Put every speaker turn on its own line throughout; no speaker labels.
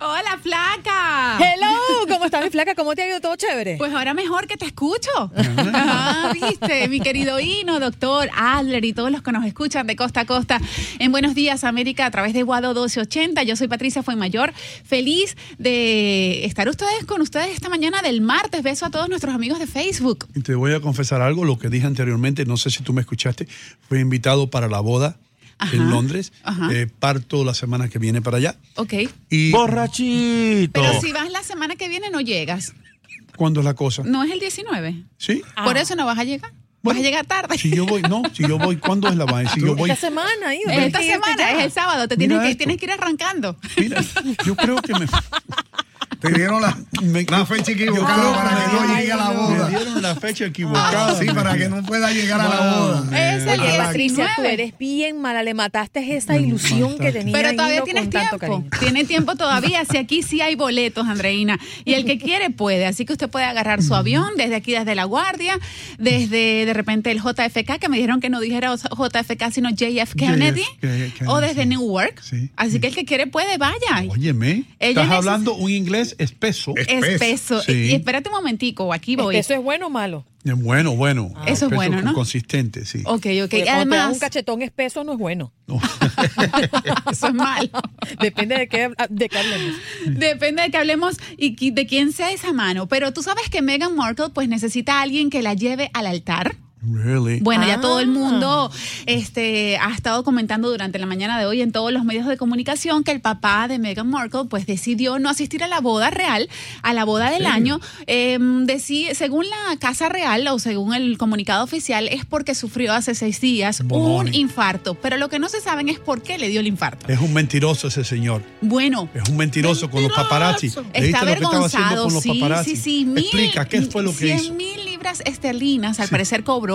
Hola, flaca.
Hello, ¿cómo estás, mi flaca? ¿Cómo te ha ido todo chévere?
Pues ahora mejor que te escucho. Ah, viste, mi querido Hino, doctor Adler y todos los que nos escuchan de costa a costa en Buenos Días América a través de Guado 1280. Yo soy Patricia Fuenmayor, feliz de estar ustedes con ustedes esta mañana del martes. Beso a todos nuestros amigos de Facebook.
Y Te voy a confesar algo, lo que dije anteriormente, no sé si tú me escuchaste, fui invitado para la boda
Ajá,
en Londres,
ajá.
Eh, parto la semana que viene para allá.
Ok.
Y
Borrachito.
Pero si vas la semana que viene no llegas.
¿cuándo es la cosa?
No es el 19.
¿Sí?
Ah.
Por eso no vas a llegar. vas
Bueno,
a llegar tarde.
Si yo voy, no, si yo voy, ¿cuándo es la vaina? Si yo voy,
Esta semana, Ivo. tienes
Esta
que irte
semana
ya.
es el sábado, te
Mira
tienes que,
esto.
tienes que ir arrancando.
mira, yo creo que me,
Te dieron la,
Me-
la fecha equivocada
Yo creo
para
que
que no
me
llegue a la
me
boda. Ah,
dieron la fecha equivocada.
Sí, para que no pueda llegar a la boda.
Es el
Oye,
día
Patricia, tú
19.
eres bien mala. Le mataste esa ilusión que tenía.
Pero
Hilo
todavía
con
tienes
tanto
tiempo.
cariño.
Tiene tiempo todavía. Si aquí sí hay boletos, Andreina. Y el que quiere puede. Así que usted puede agarrar su avión desde aquí, desde La Guardia, desde de repente el JFK, que me dijeron que no dijera JFK, sino JF Kennedy.
Kennedy,
O desde
sí.
Newark.
Sí,
Así que el que quiere puede, vaya.
Óyeme,
Ella
estás
neces-
hablando un inglés espeso.
Espeso.
Sí.
Y espérate un momentico, aquí voy.
Este, ¿Eso es bueno o malo?
Bueno, bueno.
Eso es
espeso
bueno,
con-
¿no? Oh.
Consistente, sí.
Ok, ok.
Porque cuando te dan
Además,
un cachetón espeso no es bueno.
No.
eso es malo.
Depende de qué, ah, de qué hablemos.
Depende de que hablemos y qui- de quién sea esa mano. Pero tú sabes que Meghan Markle pues necesita a alguien que la lleve al altar.
Really.
Bueno, ya
Ah.
todo el mundo este, ha estado comentando durante la mañana de hoy en todos los medios de comunicación que el papá de Meghan Markle pues decidió no asistir a la boda real, a la boda del año. Eh, deci- según la Casa Real o según el comunicado oficial es porque sufrió hace seis días un
Bonnie.
infarto. Pero lo que no se saben es por qué le dio el infarto.
Es un mentiroso ese señor.
Bueno,
Es un mentiroso, con los paparazzi.
Está
¿Leíste lo que estaba haciendo
avergonzado,
con los
sí,
paparazzi?
sí, sí. Mil,
Explica, ¿qué fue lo que
100
hizo?
mil libras esterlinas, al parecer cobró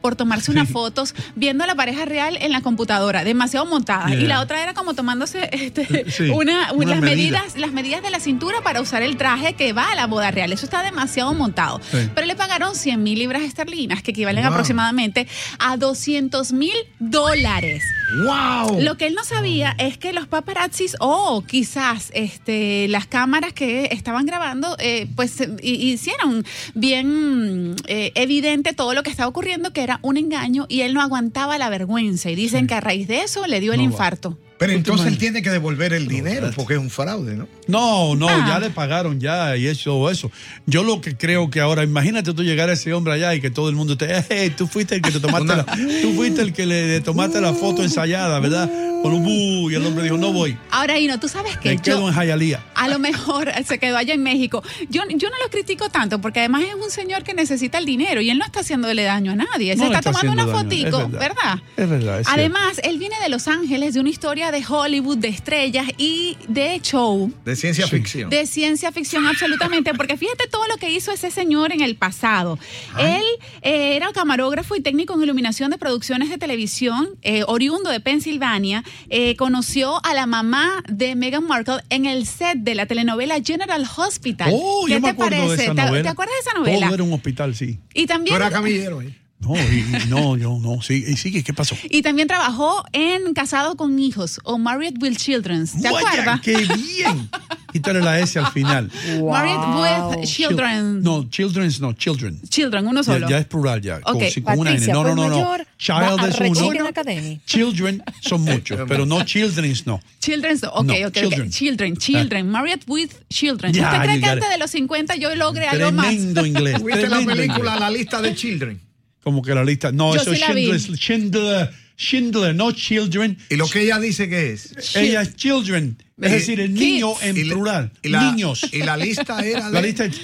por tomarse unas fotos viendo a la pareja real en la computadora, demasiado montada. Y
Yeah.
la otra era como tomándose este,
Sí,
una,
una
las
medida.
medidas, las medidas de la cintura para usar el traje que va a la boda real. Eso está demasiado montado.
Sí.
Pero le pagaron 100 mil libras esterlinas, que equivalen
Wow.
aproximadamente a 200 mil dólares.
¡Wow! Oh.
Lo que él no sabía es que los paparazzis o quizás este, las cámaras que estaban grabando, eh, pues eh, hi- hicieron bien mm, eh, evidente todo lo que estaba ocurriendo, que era un engaño y él no aguantaba la vergüenza. Y dicen que a raíz de eso le dio el
No va.
infarto.
Pero entonces
imaginas?
él tiene que devolver el dinero porque es un fraude, ¿no?
No, no,
Ah.
ya le pagaron ya y eso, eso. Yo lo que creo que ahora, imagínate tú llegar a ese hombre allá y que todo el mundo te, "Eh, tú fuiste el que te tomaste la, tú fuiste el que le, le tomaste la
Uh.
foto ensayada, ¿verdad? Por un bu", y el hombre dijo, no voy,
Ahora, Ino, tú sabes que
me
yo...
quedo en Jayalía.
A lo mejor se quedó allá en México. Yo, yo no lo critico tanto porque además es un señor que necesita el dinero y él no está haciéndole daño a nadie. Se
No le
está,
está
tomando una
haciendo daño, es
fotico,
verdad.
¿verdad?
Es verdad, es
Además, él viene de Los Ángeles, de una historia de Hollywood, de estrellas y de show,
De ciencia ficción.
de ciencia ficción absolutamente, porque fíjate todo lo que hizo ese señor en el pasado. Él eh, era camarógrafo y técnico en iluminación de producciones de televisión, eh, oriundo de Pensilvania, Eh, conoció a la mamá de Meghan Markle en el set de la telenovela General Hospital.
Oh,
¿Qué
yo me
te
acuerdo
parece?
de esa
¿Te,
novela.
te acuerdas de esa novela?
Todo era un hospital, sí.
Y
Tú
también
eras camillero. ¿eh?
No, y, y no, yo no. Sí, y sigue, ¿qué pasó?
Y también trabajó en Casado con Hijos o Married with Children. ¿Te
Vaya,
acuerdas?
¡Qué bien! Quítale la S al final.
Married with
Chil-
Children.
No, children's no, children.
Children, uno
Ya,
solo.
ya es plural, ya. con-
Ok,
sí, con una N.
Patricia,
No, no,
pues
no, no.
mayor,
Child
va a
es uno.
Recording Academy.
Children son muchos, pero no children's no.
Children's, ok,
No,
ok, ok.
children. Ah.
Children, children, Married with Children.
Ya,
¿Usted cree que
you got
antes
it.
de los 50 yo logre algo más?
Tremendo inglés.
¿Viste la
tremendo
película
inglés.
La lista de Children?
Como que la lista. No,
Yo
eso
sí
es
la vi.
Schindler's- Schindler, Schindler, no children.
Y lo que ella dice que es.
Ella es children. Es
Eh,
decir, el
kids.
niño
Y
en
la-
plural.
y la-
Niños.
Y la lista era.
La
de-
lista es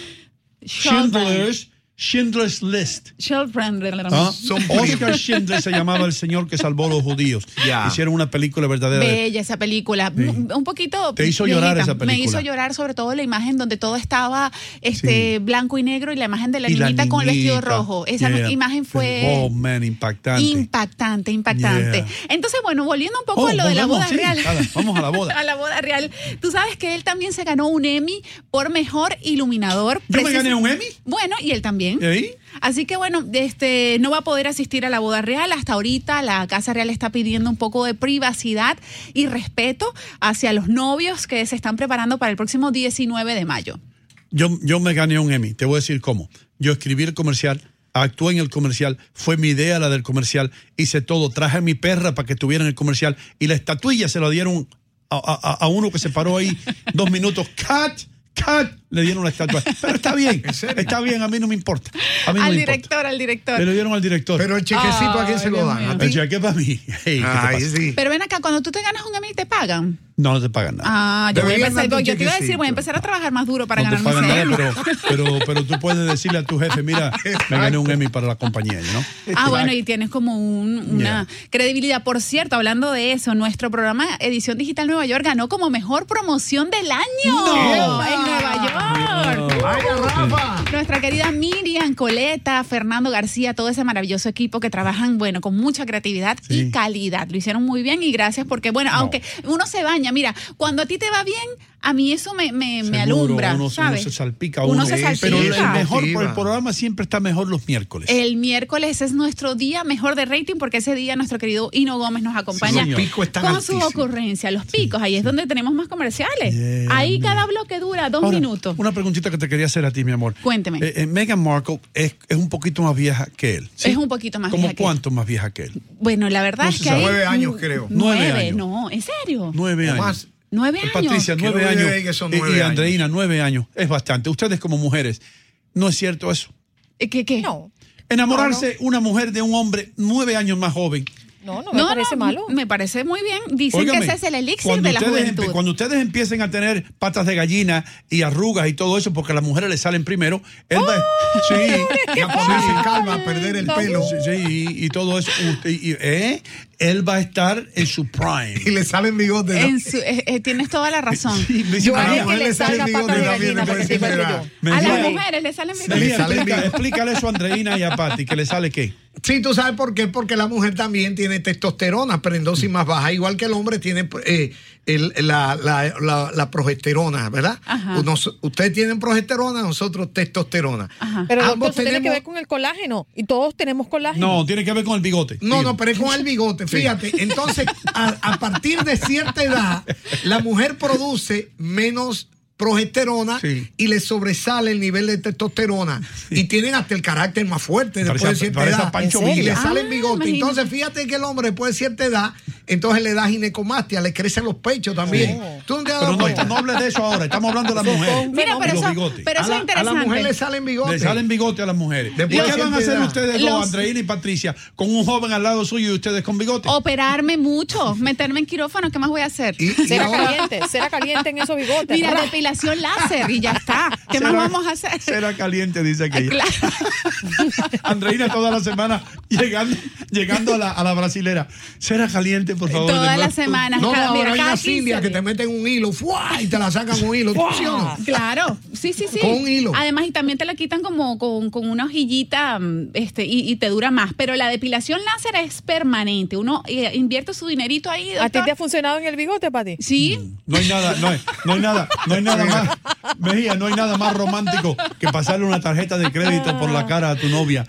Children.
Schindler's, Schindler's List.
Children.
Ah,
Son
Oscar
primos.
Schindler se llamaba el señor que salvó a los judíos.
Ya.
Hicieron una película verdadera. de-
Bella esa película. Un un poquito.
Te hizo llorar
viejita.
esa película.
Me hizo llorar, sobre todo la imagen donde todo estaba este
Sí.
blanco y negro y la imagen de la
y
niñita con el vestido
niñita.
rojo. Esa
Yeah.
imagen
Oh,
fue.
man, impactante.
Impactante, impactante.
Yeah.
Entonces, bueno, volviendo un poco
Oh,
a lo de la
volvemos,
boda
sí,
real.
a la- vamos a la boda.
a la boda real. Tú sabes que él también se ganó un Emmy por mejor iluminador.
¿Yo me
Precis-
gané un Emmy? Eh.
Bueno, y él también.
¿Y ahí?
Así que bueno, este no va a poder asistir a la boda real hasta ahorita. La casa real está pidiendo un poco de privacidad y respeto hacia los novios que se están preparando para el próximo 19 de mayo.
Yo, yo me gané un Emmy, te voy a decir cómo. Yo escribí el comercial, actué en el comercial, fue mi idea la del comercial, hice todo, traje a mi perra para que estuviera en el comercial y la estatuilla se la dieron a, a- a- a uno que se paró ahí dos minutos. ¡Cat! ¡Cat! Le dieron la estatua. Pero está bien, está bien, a mí no me importa. A mí no
al
me importa.
director, al director.
Le lo dieron al director.
Pero el chequecito a quién
Ay,
se lo
Dios
dan. ¿A
mío.
ti?
El cheque para mí.
Ay,
Hey, ¿qué te pasa?
sí.
Pero ven acá, cuando tú te ganas un Emmy te pagan.
No, no te pagan nada.
Ah, yo voy a
Deberían
empezar,
darte un
yo te iba a decir,
chequecito.
voy a empezar a trabajar más duro para
no te
ganarme
pagan
ese
nada,
Emmy.
pero, pero, pero tú puedes decirle a tu jefe, mira, me gané un Emmy para la compañía, ¿no?
Ah, bueno, y tienes como un- una credibilidad. Por cierto, hablando de eso, nuestro programa Edición Digital Nueva York ganó como mejor promoción del año en Nueva York.
¡Vaya, Rafa!
Nuestra querida Miriam, Coleta, Fernando García, todo ese maravilloso equipo que trabajan, bueno, con mucha creatividad
Sí.
y calidad. Lo hicieron muy bien y gracias porque, bueno, aunque uno se baña, mira, cuando a ti te va bien, a mí eso me, me, me
Seguro,
alumbra,
Uno, uno
¿sabes?
se salpica,
Uno
uno. Eh,
se salpica.
Pero el mejor,
Sí,
el
va.
programa siempre está mejor los miércoles.
El miércoles es nuestro día mejor de rating porque ese día nuestro querido Hino Gómez nos acompaña
Sí, señor.
Los picos están
con sus
altísimos.
ocurrencias, los picos. Ahí es donde tenemos más comerciales.
Yeah,
Ahí
mira.
cada bloque dura dos
Ahora,
minutos.
Una preguntita que te quería hacer a ti, mi amor.
Cuénteme.
Eh, eh, Meghan Markle es, es un poquito más vieja que él. ¿sí?
Es un poquito más
¿Cómo
vieja que él.
cuánto más vieja que él?
Bueno, la verdad
No
es
se
que
sabe.
hay
Nueve años, creo.
Nueve
nueve,
años.
no, ¿en serio?
Nueve
O
años. Eh,
más.
Nueve años.
Patricia,
Que
nueve
no
años. Eh,
diga que son
Y-
nueve
y
años.
Andreina, nueve años. Es bastante. Ustedes como mujeres, ¿no es cierto eso?
Eh, ¿Qué, qué?
No,
Enamorarse una mujer de un hombre nueve años más joven.
no, no me parece malo.
Me parece muy bien. Dicen
Óigame,
que ese es el elixir
cuando
de la
ustedes empe-
juventud.
Cuando ustedes empiecen a tener patas de gallina y arrugas y todo eso, porque a las mujeres le salen primero, él va. Sí,
Ya cuando se calma a perder el
Ay,
pelo.
sí, sí, y, y todo eso. usted- y- ¿eh? Él va a estar en su
Y
prime.
le salen bigotes. ¿no?
En su- eh, eh, tienes toda la razón.
Sí, me dice,
Yo haría
"Ah,
que
él
le
está en
salga
vivo
pata de
también,
gallina para
puede
que se
ser
igual que
verdad.
yo.
me
a las
dice,
mujeres le salen
"Nelly,
le sale
explica-
bien".
explícale eso a Andreina y a Patti, que le sale qué.
Sí, tú sabes por qué. Porque la mujer también tiene testosterona, prendosis más baja, igual que el hombre tiene eh, el- la, la- la- la progesterona, ¿verdad?
Ajá.
Nos- ustedes tienen progesterona, nosotros testosterona.
Ajá.
Pero doctor,
Ambos
eso tiene que ver con el colágeno. Y todos tenemos colágeno.
No, tiene que ver con el bigote.
No, no, pero es con el bigote. Fíjate, entonces, a, a partir de cierta edad, la mujer produce menos progesterona
Sí.
y le sobresale el nivel de testosterona y tienen hasta el carácter más fuerte después
Parece a-
de cierta
parece a
edad
Pancho
¿En serio? y le
Villa.
salen
Ah,
bigote
imagínate.
entonces fíjate que el hombre después de cierta edad entonces le da ginecomastia le crecen los pechos también
Sí.
tú no te has
Pero
dado
no,
cuenta?
no hables de eso ahora, estamos hablando de la mujer.
Pues, Mira, pero
Y los
eso,
bigotes. Ah,
pero
a, la,
eso es
a la
interesante.
mujer le salen bigotes
Le salen bigote a las mujeres.
Después
¿Y
de
qué van
cierta
a hacer
edad.
ustedes dos,
Los-
Andreina y Patricia, con un joven al lado suyo y ustedes con bigote?
Oh, Operarme mucho, meterme en quirófano, ¿qué más voy a hacer?
y, y
Será
ahora-
caliente, será caliente en esos bigotes.
Mira,
Ra.
depilación láser y ya está. ¿Qué más
Será-
vamos a hacer?
Será caliente, dice
Ah,
aquella.
claro.
Andreina toda la semana llegando, llegando a, la, a la brasilera. Será caliente, por favor. de
Todas
nuevo.
las semanas.
no,
cada,
ahora
mira,
hay
cada
unas indias
15
que te meten un hilo ¡fua! y te la sacan un hilo ¿Tú sí o no?
Claro, Sí, sí, sí.
Con un hilo.
Además, y también te la quitan como con, con una hojillita mm, este, y, y te dura más. Pero la depilación láser es permanente. Uno eh, invierte su dinerito ahí.
¿A ti
doctor.
te ha funcionado en el bigote, Pati?
Mm.
Sí.
No hay nada, no hay, no hay nada, no hay nada más. Mejía, no hay nada más romántico que pasarle una tarjeta de crédito por la cara a tu novia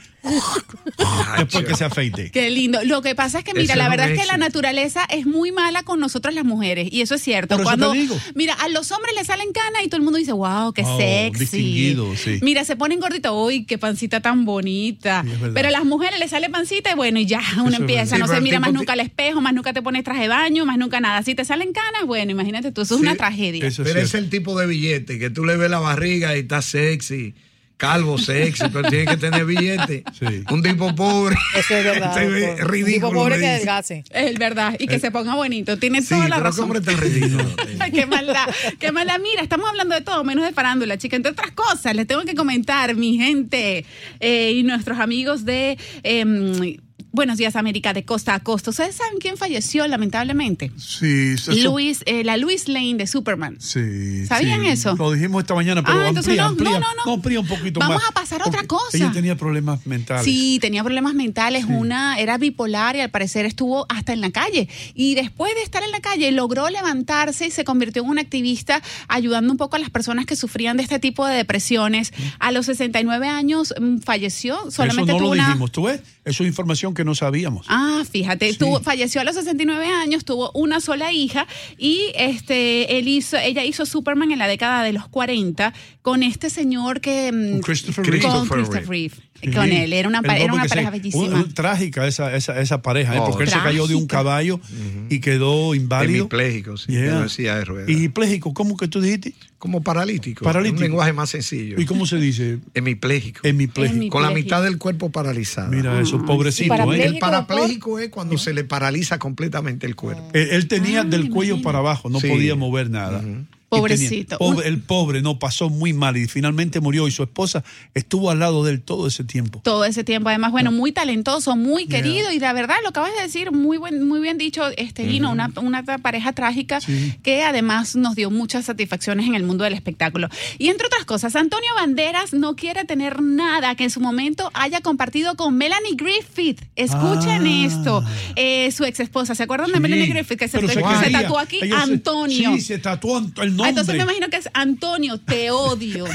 Ah,
después que se afeite.
Qué lindo. Lo que pasa es que, mira,
Eso
la
no
verdad es que
existe.
la naturaleza es muy mala con nosotras las mujeres. Y eso es cierto.
Por eso
Cuando,
te digo.
mira, a los hombres les salen canas y todo el mundo dice, wow, qué
Wow,
sexy.
distinguido, sí.
Mira, se ponen gorditos, uy, qué pancita tan bonita.
Sí, es verdad.
Pero a las mujeres les sale pancita y bueno, y ya uno
Eso es
empieza,
verdad.
no
Sí,
se
pero
mira
el
más
tipo-
nunca al espejo, más nunca te pones traje de baño, más nunca nada. Si te salen canas, bueno, imagínate tú, eso es una
Sí,
tragedia.
eso es
Pero es
cierto.
el tipo de billete que tú le ves la barriga y está sexy, calvo sexy, pero tiene que tener billete.
Sí.
Un tipo pobre.
Eso es verdad.
Se ve
doctor. Un
ridículo,
Tipo pobre
me
que
dice.
adelgace.
Es verdad,
Eh,
y que se ponga bonito. Tiene
Sí,
toda la
pero qué
razón.
hombre tan ridículo.
Ay, qué maldad, qué maldad. Mira, estamos hablando de todo, menos de farándula, chica. Entre otras cosas, les tengo que comentar, mi gente eh, y nuestros amigos de em, Buenos Días América de Costa a Costa. ¿Ustedes saben quién falleció, lamentablemente?
Sí, eso-
Luis, eh, la Luis Lane de Superman.
Sí.
¿Sabían
sí.
eso?
Lo dijimos esta mañana, pero
Ah, entonces
amplía,
no,
amplía,
no, no, no.
amplía un poquito
Vamos
más.
a pasar a
porque
otra cosa.
Ella tenía problemas mentales.
Sí, tenía problemas mentales, una era bipolar y al parecer estuvo hasta en la calle. Y después de estar en la calle logró levantarse y se convirtió en una activista ayudando un poco a las personas que sufrían de este tipo de depresiones. A los 69 años mm, falleció, solamente
eso no
tuvo
lo
una
dijimos, ¿tú ves? Eso es información que no sabíamos.
Ah, fíjate,
Sí.
tuvo- falleció a los 69 años, tuvo una sola hija y este, él hizo, ella hizo Superman en la década de los 40 con este señor que... mm,
Con Christopher
con
Reeve.
Christopher Reeve. Con
Sí.
él, era una,
El
pa- era
hombre
una
que se-
pareja
un-
bellísima.
un- trágica esa, esa, esa pareja, ¿eh?
Oh.
porque él se cayó de un
Trágica.
caballo y quedó inválido.
Hemipléjico, sí,
Yeah.
que lo decía de ruedas.
Y pléjico, ¿cómo que tú dijiste?
Como paralítico.
Paralítico.
Un lenguaje más sencillo.
¿Y cómo se dice?
Hemipléjico.
Hemipléjico.
Hemi-
Con la
Hemipléjico.
mitad del cuerpo paralizado.
Mira
Ah,
eso, pobrecito. ¿eh?
Parapléjico,
el
México, doctor.
parapléjico es cuando se le paraliza completamente el cuerpo.
Él, él tenía
Ah,
del cuello
imagínate.
para abajo, no
Sí.
podía mover nada. Y tenía-
Pobrecito.
pobre- el pobre no pasó muy mal y finalmente murió y su esposa estuvo al lado de él todo ese tiempo.
todo ese tiempo. Además, bueno, muy talentoso, muy
Yeah.
querido y la verdad lo acabas de decir, muy buen, muy bien dicho, este Gino, una, una tra- pareja trágica
Sí.
que además nos dio muchas satisfacciones en el mundo del espectáculo. Y entre otras cosas, Antonio Banderas no quiere tener nada que en su momento haya compartido con Melanie Griffith. Escuchen
Ah.
esto, Eh, su ex esposa, ¿se acuerdan de
Sí.
Melanie Griffith que se,
Pero
se
quería.
tatuó aquí?
Ella se-
Antonio.
sí, se tatuó Ant- el
Ah,
nombre.
Entonces me imagino que es Antonio, te odio.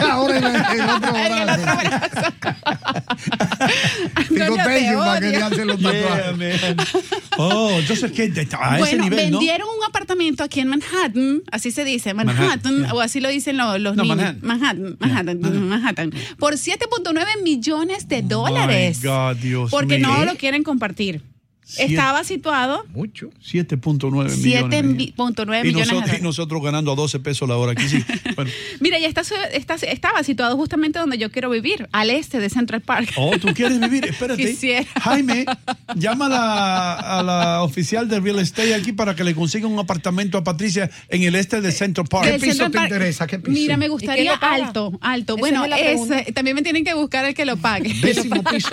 Ahora en el, el otro
En el otro
brazo.
brazo. Antonio, te
Picotejo para que le
odio.
hacen los
Yeah,
tatuajes.
man. Oh, entonces ¿qué? a ese
Bueno,
nivel, ¿no?
vendieron un apartamento aquí en Manhattan, así se dice, Manhattan,
Manhattan, yeah.
o así lo dicen lo- los
No,
niños.
Manhattan.
Manhattan, Manhattan,
Yeah,
Manhattan. Por 7.9 millones de dólares.
Oh God, Dios
porque
mío.
no lo quieren compartir.
Siete-
Estaba situado
Mucho.
7.9
7.9 millones
millones. Y
de
nosotros,
dólares.
y nosotros ganando a 12 pesos la hora aquí. Sí. Bueno.
Mira, ya está, su- está- estaba situado justamente donde yo quiero vivir, al este de Central Park.
Oh, tú quieres vivir, espérate.
Quisiera.
Jaime, llama a la, a la oficial de real estate aquí para que le consiga un apartamento a Patricia en el este de Central Park.
Del
piso
Central
te
Park.
interesa? ¿Qué piso?
Mira, me
¿Y
gustaría
lo paga?
alto, alto.
Esa
bueno,
es la pregunta.
ese- también me tienen que buscar el que lo pague.
Décimo piso.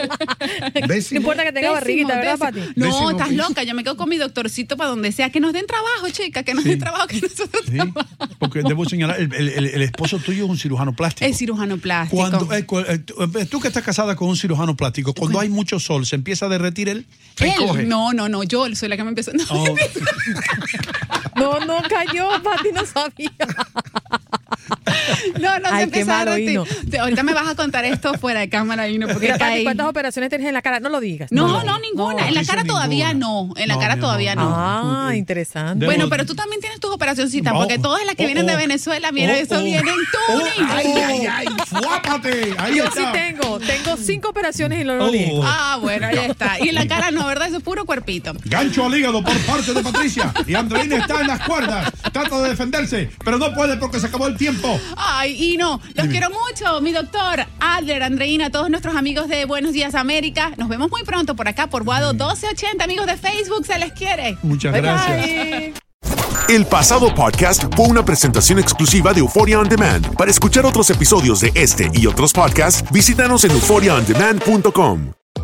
No
Décimo.
importa que tenga
Décimo,
barriguita, ¿verdad, Pati?
décimo. No,
Décimo
estás
piso.
loca. Yo me quedo con mi doctorcito para donde sea. Que nos den trabajo, chica. Que nos den trabajo. Que nosotros
Sí, porque debo señalar, el, el- el- el esposo tuyo es un cirujano plástico.
Es cirujano plástico.
Cuando, eh, cu- eh, tú- eh, tú que estás casada con un cirujano plástico, cuando hay mucho sol, ¿se empieza a derretir él?
Él,
coge.
no, no, no. Yo soy la que me empezó. No,
Oh,
No, no cayó, Pati, no sabía.
no, no se
Ay, qué
empieza a
malo,
derretir.
Hino.
Te- Ahorita me vas a contar esto fuera de cámara, Hino, porque
Mira,
está
Pati,
ahí.
¿cuántas operaciones tienes en la cara? No lo digas.
No, no, ninguna. en la cara
Dice
todavía
ninguna.
no. En la
No,
cara
mi
todavía
amor.
no.
Ah,
Mm.
interesante.
De-
Bueno,
Debo-
pero tú también tienes tus operacioncitas,
Oh,
porque todas las que
oh,
vienen de
oh.
Venezuela, mira,
Oh,
eso
oh.
vienen
Oh,
tuning.
ay, ay, ay, fuápate. Ahí
Yo sí
está.
tengo. Tengo cinco operaciones y no lo
Oh.
digo.
Ah, bueno, ya está. Y en la cara no, ¿verdad? Eso es puro cuerpito.
Gancho al hígado por parte de Patricia. Y Andreina está en las cuerdas. Trata de defenderse, pero no puede porque se acabó el tiempo.
Ay, y no, los quiero mucho, mi doctor Adler, Andreina, todos nuestros amigos de Buenos Días América. Nos vemos muy pronto por acá, por Guado 1280, amigos de Facebook, se les quiere.
Muchas
Bye,
gracias.
bye.
El pasado podcast fue una presentación exclusiva de Euphoria on Demand. Para escuchar otros episodios de este y otros podcasts, visítanos en euphoriaondemand.com.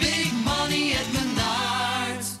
big money at Menards.